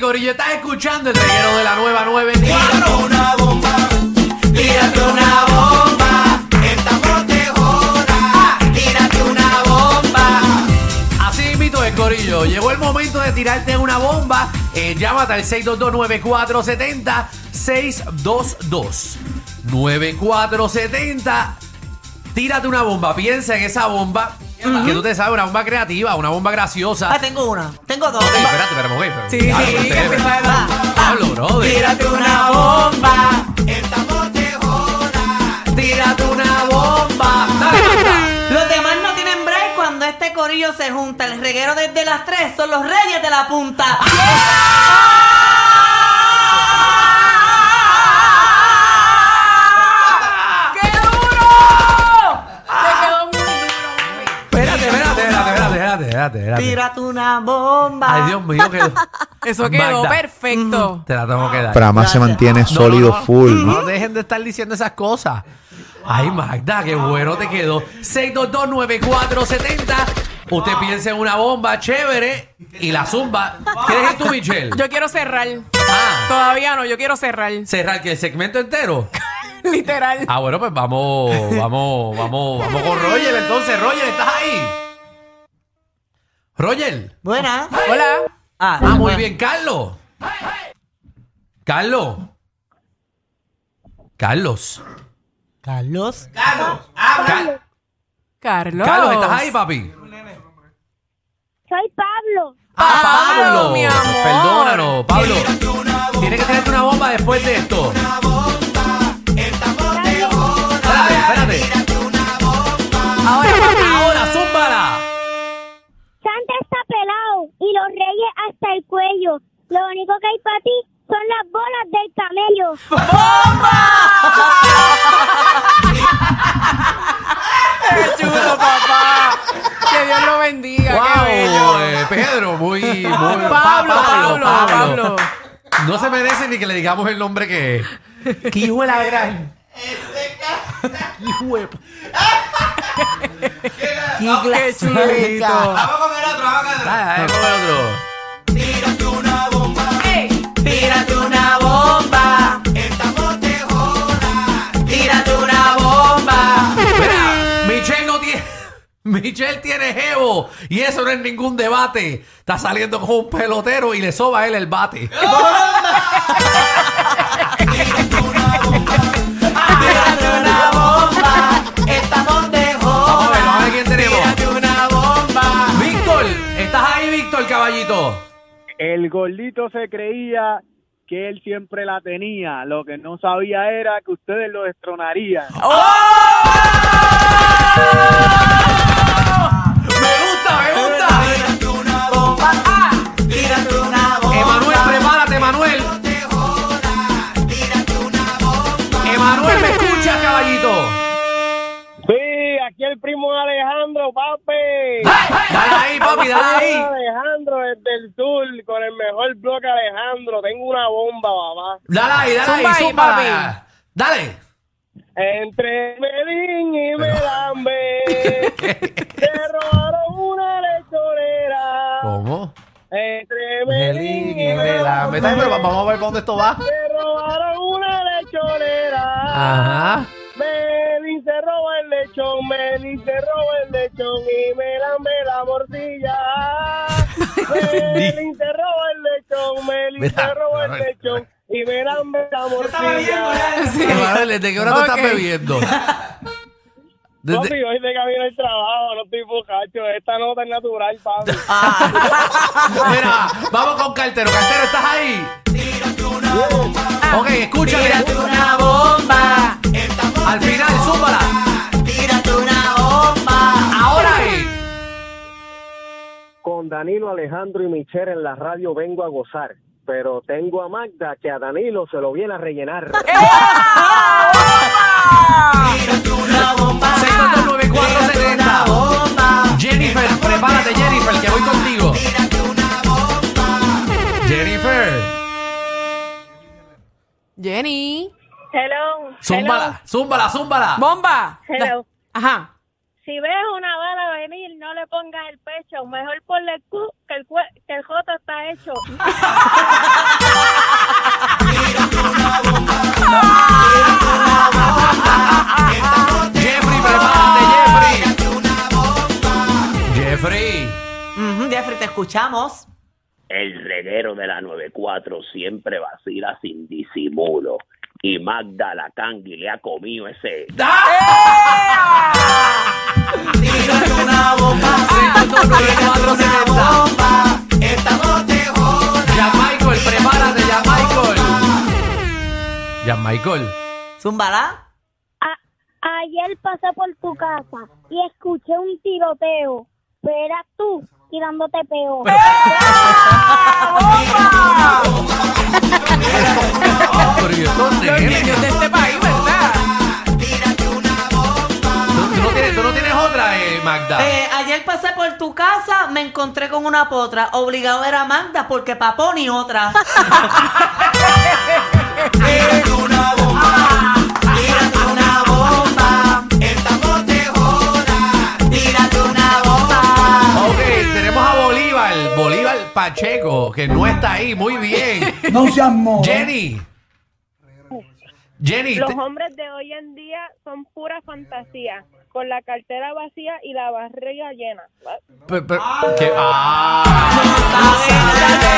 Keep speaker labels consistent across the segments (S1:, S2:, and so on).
S1: Corillo, estás escuchando el reguero de la nueva 9
S2: Tírate una bomba, tírate una bomba, esta protejona, tírate una bomba.
S1: Así mito es, Corillo. Llegó el momento de tirarte una bomba. Eh, llámate al 622-9470. 622-9470. Tírate una bomba. Piensa en esa bomba. Que tú te sabes, una bomba creativa, una bomba graciosa.
S3: Ah, tengo una. Tengo dos.
S1: Ey, espérate, espérate, mujer.
S2: Ah,
S3: Sí,
S1: Diablo,
S3: sí,
S1: ustedes,
S3: que
S1: pero-
S3: se va.
S1: Diablo, brother.
S2: Tírate una bomba, esta protejona, tírate una bomba.
S1: Dale, tira.
S3: Los demás no tienen break cuando este corillo se junta. El reguero desde las 3 son los reyes de la punta. ¡Qué duro! Te quedó muy duro.
S1: Espérate, espérate, espérate, espérate, espérate, espérate, espérate.
S3: Tírate una bomba.
S1: Ay, Dios mío, que
S4: Eso quedó
S1: Magda,
S4: perfecto.
S1: Te la tengo que dar.
S5: Prama se mantiene
S1: No,
S5: sólido
S1: no, no,
S5: full.
S1: No dejen de estar diciendo esas cosas. Ay, Magda, qué bueno te quedó. 6229470. Usted piensa en una bomba chévere y la zumba. ¿Quieres ir tú, Michelle?
S4: Yo quiero cerrar.
S1: Ah,
S4: Todavía no, yo quiero cerrar.
S1: cerrar que el segmento entero.
S4: Literal.
S1: Ah, bueno, pues vamos, vamos, vamos, vamos con Roger. Entonces, Roger, ¿estás ahí? Roger.
S3: Buena.
S4: Hola.
S3: Ah,
S1: Ah,
S4: pues.
S1: muy bien, Carlos. Carlos. Carlos.
S3: Carlos.
S1: Ca-
S4: Carlos.
S1: Carlos, ¿estás ahí, papi?
S6: Soy Pablo.
S1: Ah,
S4: Pablo, mi amor.
S1: Perdónanos, Pablo. Tienes que tirarte una bomba después de esto. Espérate, espérate.
S4: Ahora,
S1: Ahora, zúmbala.
S6: Santa está pelado y los reyes hasta el cuello. Lo único que hay para ti son las bolas del camello.
S4: qué chulo, papá. Que Dios lo bendiga.
S1: Wow,
S4: Qué bello.
S1: eh, Pedro, muy, muy.
S4: Pablo, Pablo, Pablo.
S1: No se merece ni que le digamos el nombre que es. ¡Qué hijo de la gran! ¡Qué hijo de-
S4: Qué chulito.
S2: Vamos con el otro, vamos con el otro.
S1: Dale, dale, ponme otro.
S2: Tírate una bomba,
S3: Tírate una bomba.
S2: esta protejona, tírate una bomba.
S1: Mira, Michelle no tiene. Michelle tiene jevo y eso no es ningún debate. Está saliendo con un pelotero y le soba a él el bate.
S2: Tírate una bomba, esta
S1: Vamos a ver, vamos a
S2: protejona,
S1: ver quién tenemos.
S2: tírate una bomba.
S1: Víctor, ¿estás ahí, Víctor, caballito?
S7: El gordito se creía que él siempre la tenía. Lo que no sabía era que ustedes lo destronarían.
S2: ¡Oh!
S1: ¡Me gusta, me gusta!
S2: Tírate una bomba, tírate una bomba.
S1: Ah. Emanuel, prepárate, Emanuel. Emanuel, ¿me escuchas, caballito?
S7: Sí, aquí el primo Alejandro, papi.
S1: Dale ahí, papi, dale ahí.
S7: Alejandro desde el sur, con el mejor bloque Alejandro. Tengo una bomba, papá.
S1: Dale ahí, dale
S4: Zumba
S1: ahí,
S4: ahí,
S1: zumba,
S4: papi.
S1: dale. Dale.
S7: Entre Medellín y Melambe se robaron una lechonera.
S1: ¿Cómo?
S7: Entre Medellín y
S1: Melambe. Está bien, pero
S7: Melambe
S1: Vamos a ver para dónde esto va.
S7: se robaron una lechonera.
S1: Ajá.
S7: Melin se roba el lechón, Melin se roba el lechón y Melambe la morcilla. Melin se roba el lechón, Melin
S1: Mira,
S7: se roba el
S1: Manuel.
S7: lechón y Melambe la morcilla.
S4: Sí.
S1: Emanuel, ¿desde qué hora tú
S4: Ok.
S1: estás bebiendo? Desde-
S7: Papi, hoy de camino al trabajo, no estoy bocacho, esta nota es natural, papi.
S1: Mira, vamos con Cartero. Cartero, ¿estás ahí? Ok, escúchale.
S2: Tírate una bomba,
S1: Al final, súbala.
S2: tírate una bomba.
S1: Ahora ahí.
S7: Con Danilo, Alejandro y Michelle en la radio vengo a gozar, pero tengo a Magda que a Danilo se lo viene a rellenar.
S4: ¡Eh,
S1: 6229470. Jennifer, prepárate, Jennifer, que voy contigo. Jennifer,
S4: Jenny.
S6: Hello.
S1: zúmbala, zúmbala, zúmbala.
S4: Bomba.
S6: Hello.
S4: Ajá.
S6: Si ves una bala venir, no le pongas el pecho. Mejor ponle el cu que el, cue- que el joto está hecho.
S3: escuchamos.
S5: El reguero de la 94 siempre vacila sin disimulo. Y Magda la Cangui le ha comido ese.
S2: Tírate una bomba,
S1: Ah,
S2: tírate una bomba. Estamos de joda.
S1: Ya Michael, prepárate, ya Michael. Ya Michael.
S3: Zúmbala.
S6: A- ayer pasé por tu casa y escuché un tiroteo. Pero eras tú tirándote peor.
S1: Pero ¿y estos
S4: Los
S1: nenes?
S4: niños de este país, ¿verdad?
S2: Tírate una bomba.
S1: ¿Tú, tú no tienes, tú no tienes otra, eh, Magda.
S3: Eh, ayer pasé por tu casa, me encontré con una potra. Obligado era Magda porque papón y otra.
S2: Tírate una bomba. Tírate una bomba. Estamos de joda. Tírate una bomba.
S1: Ok, tenemos a Bolívar, Bolívar Pacheco, que no está ahí, muy bien.
S8: No seas mono.
S1: Jenny. Jenny,
S9: Los
S1: te-
S9: hombres de hoy en día son pura fantasía, con la cartera vacía y la barriga llena.
S1: pe- pe- que- ah,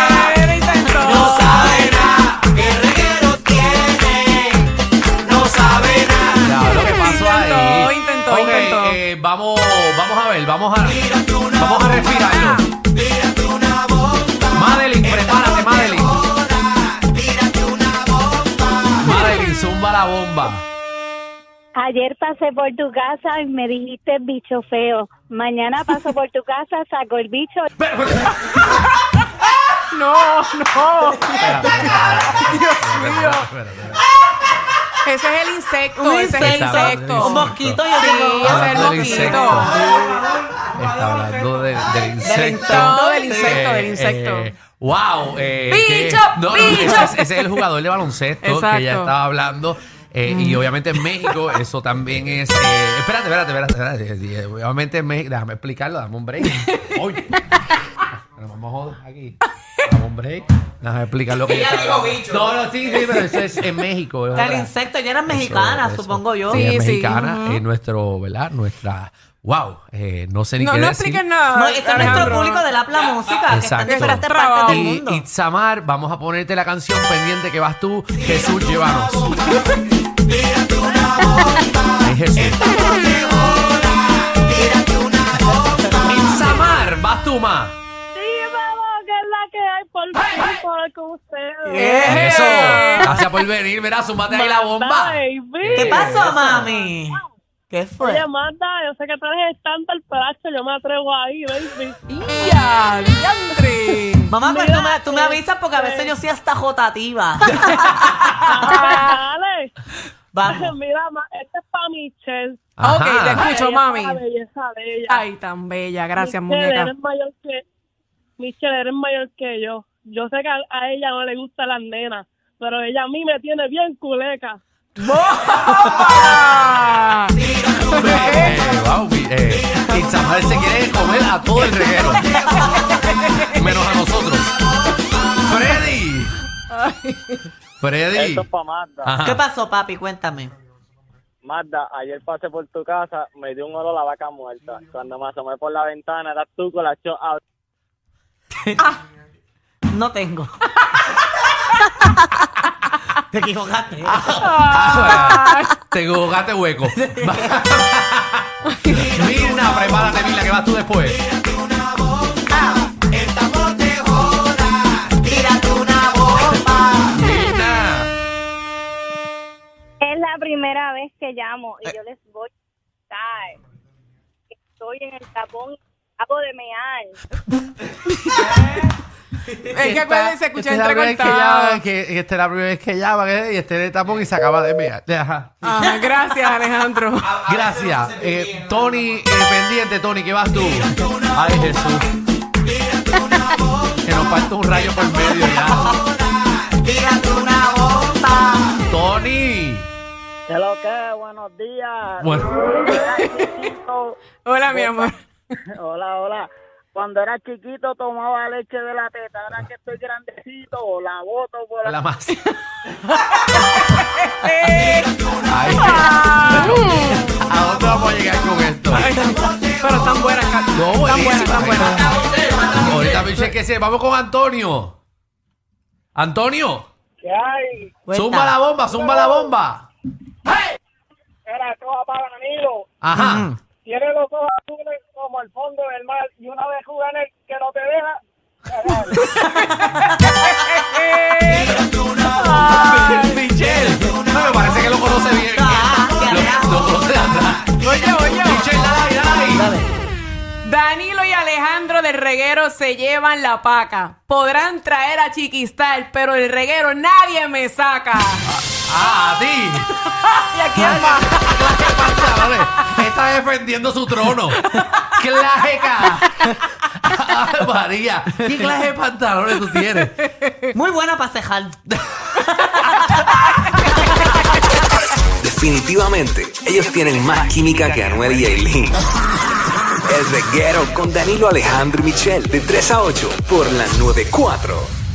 S2: No sabe nada. El reguero tiene. No sabe nada.
S1: ya, lo que pasó ahí.
S4: Intentó, intentó,
S1: Ok,
S4: intentó.
S1: eh, vamos, vamos a ver, vamos a,
S2: Tírate una
S1: vamos a
S2: bomba.
S1: respirarlo.
S2: Tírate una bomba.
S1: Madeline, prepárate, Madeline.
S2: Tírate una bomba.
S1: Madeline, zumba la bomba.
S6: Ayer pasé por tu casa y me dijiste bicho feo. Mañana paso por tu casa, saco el bicho.
S1: Pero- pero-
S4: No, no. Dios mío.
S1: espera, espera.
S4: Ese es el insecto.
S3: Un
S4: ese es el
S1: insecto.
S4: insecto.
S3: Un mosquito, yo
S4: Sí,
S3: digo.
S4: ese es
S1: Hablando
S4: el
S1: del
S4: mosquito.
S1: insecto. Está hablando de- del insecto.
S4: insecto, del insecto, del
S1: Eh,
S4: insecto.
S1: eh, wow. eh,
S4: ¡Bicho,
S1: que- no, no,
S4: bicho!
S1: Ese, es- ese es el jugador de baloncesto
S4: Exacto.
S1: que ya estaba hablando. eh, Y obviamente en México eso también es... eh, espérate, espérate, espérate. espérate, eh, eh, Obviamente en México... Déjame explicarlo, dame un break. Uy. Pero vamos a joder aquí. Dame un break. Déjame explicar lo que yo estaba- No, no, sí, sí, pero eso es en México. es
S3: El
S1: otra-
S3: insecto, ya eran mexicanas,
S1: eso, eso.
S3: supongo yo.
S1: Sí,
S4: Sí,
S1: es
S4: sí,
S1: mexicana.
S4: ujú.
S1: eh, nuestro, ¿verdad? Nuestra. ¡Wow! eh, no sé ni
S4: No,
S1: qué
S4: no
S1: decir.
S4: expliques nada.
S3: No, este es nuestro
S4: Alejandro.
S3: público de la Apla Música, que está en
S1: Exacto.
S3: diferentes
S4: Trabajo.
S3: partes del
S1: Y
S3: mundo.
S1: Itzamar, vamos a ponerte la canción pendiente que vas tú. Jesús, llévanos. Ay, Jesús. Itzamar, vas tú, ma.
S9: Sí, vamos, que es la que hay por fin, por con ustedes.
S4: ¡Eh!
S1: Eso. Gracias por venir. Verás, sumate ahí la bomba. Eh,
S9: Baby.
S3: ¿Qué pasó, mami? ¿Qué fue?
S9: Oye, Marta, yo sé que tú eres estándar, pero hacho, yo me atrevo ahí, baby.
S4: ¡Ya, diantre!
S3: Mamá, pues tú me, tú me
S9: Mira,
S3: avisas porque a este- veces yo soy hasta jotativa.
S9: Ah, Dale.
S3: Vamos.
S9: Mira, ma, este es para Michelle.
S4: Ok,
S1: Ajá.
S4: te escucho,
S9: Ella es
S4: mami. Ah,
S9: La belleza de ella.
S4: Ay, tan bella. Gracias,
S9: Michelle,
S4: muñeca.
S9: Eres mayor que, Michelle, eres mayor que yo. Yo sé que a, a ella no le gustan las nenas, pero ella a mí me tiene bien culeca.
S4: ¡Bomba!
S1: Eh, wow, eh, Itzamar se quiere comer a todo el reguero. Menos a nosotros. Freddy. Freddy.
S7: Esto es para Magda.
S1: Ajá.
S3: ¿Qué pasó, papi? Cuéntame.
S7: Magda, ayer pasé por tu casa, me dio un olor a vaca muerta.
S9: Mm.
S7: Cuando me asomé por la ventana, eras tú con la cho... ah,
S3: No tengo. Te equivocaste.
S1: Ah, Te equivocaste hueco. Mirna, prepárate, Mirna, que vas tú después.
S2: Estamos de joda. Tírate una bomba.
S1: Mirna.
S6: Es la primera vez que llamo y yo les voy a contar que estoy en el tapón acabo de mear.
S4: Es que acuérdense, se escucha
S1: Esta es la primera vez que
S4: entrecortada.
S1: llama, que- Esta es la primera vez que llama que- y este es el tapón y se acaba de mear. Ajá.
S4: Ajá, gracias, Alejandro.
S1: Gracias. Eh, Tony, eh, pendiente, Tony, que vas tú. Ay, Jesús. Que nos parte un rayo por medio ya.
S2: Tírate una bomba.
S1: Tony.
S7: ¿Qué lo que? Buenos días.
S1: Bueno,
S7: Cuando era chiquito-
S4: Hola, mi amor.
S7: hola, hola. Cuando era chiquito tomaba leche de la teta. Ahora que estoy grandecito, la boto por la...
S1: la más. Ay, ¿A dónde vamos a llegar con esto?
S4: Pero están buenas, Kat.
S1: No, buenísima.
S4: buenas, están buenas.
S1: Ay, Ahorita Michelle que se. Vamos con Antonio. Antonio,
S7: ¿Qué hay?
S4: Cuenta.
S1: zumba la bomba, zumba la bomba.
S7: Era coja para Danilo.
S1: Ajá.
S7: Tiene los ojos azules como el fondo del mar y una vez juega en el que no te deja.
S4: Ay, Michelle.
S1: Bueno, parece que lo conoce bien.
S3: Ah, qué
S1: Lo, lo conoce de atrás.
S4: Oye, oye.
S1: Michelle, dale, dale.
S4: Danilo y Alejandro del reguero se llevan la paca. Podrán traer a Chiquistal, pero el reguero nadie me saca.
S1: Ah, a ti.
S4: ¿Y a quién más?
S1: Claje pantalones. Está defendiendo su trono. Clajeca. Ay, María, ¿qué clase de pantalones tú tienes?
S3: Muy buena para cejar.
S2: Definitivamente, ellos tienen más química que Anuel y Aileen. El reguero con Danilo Alejandro y Michel de 3 a 8 por la 94.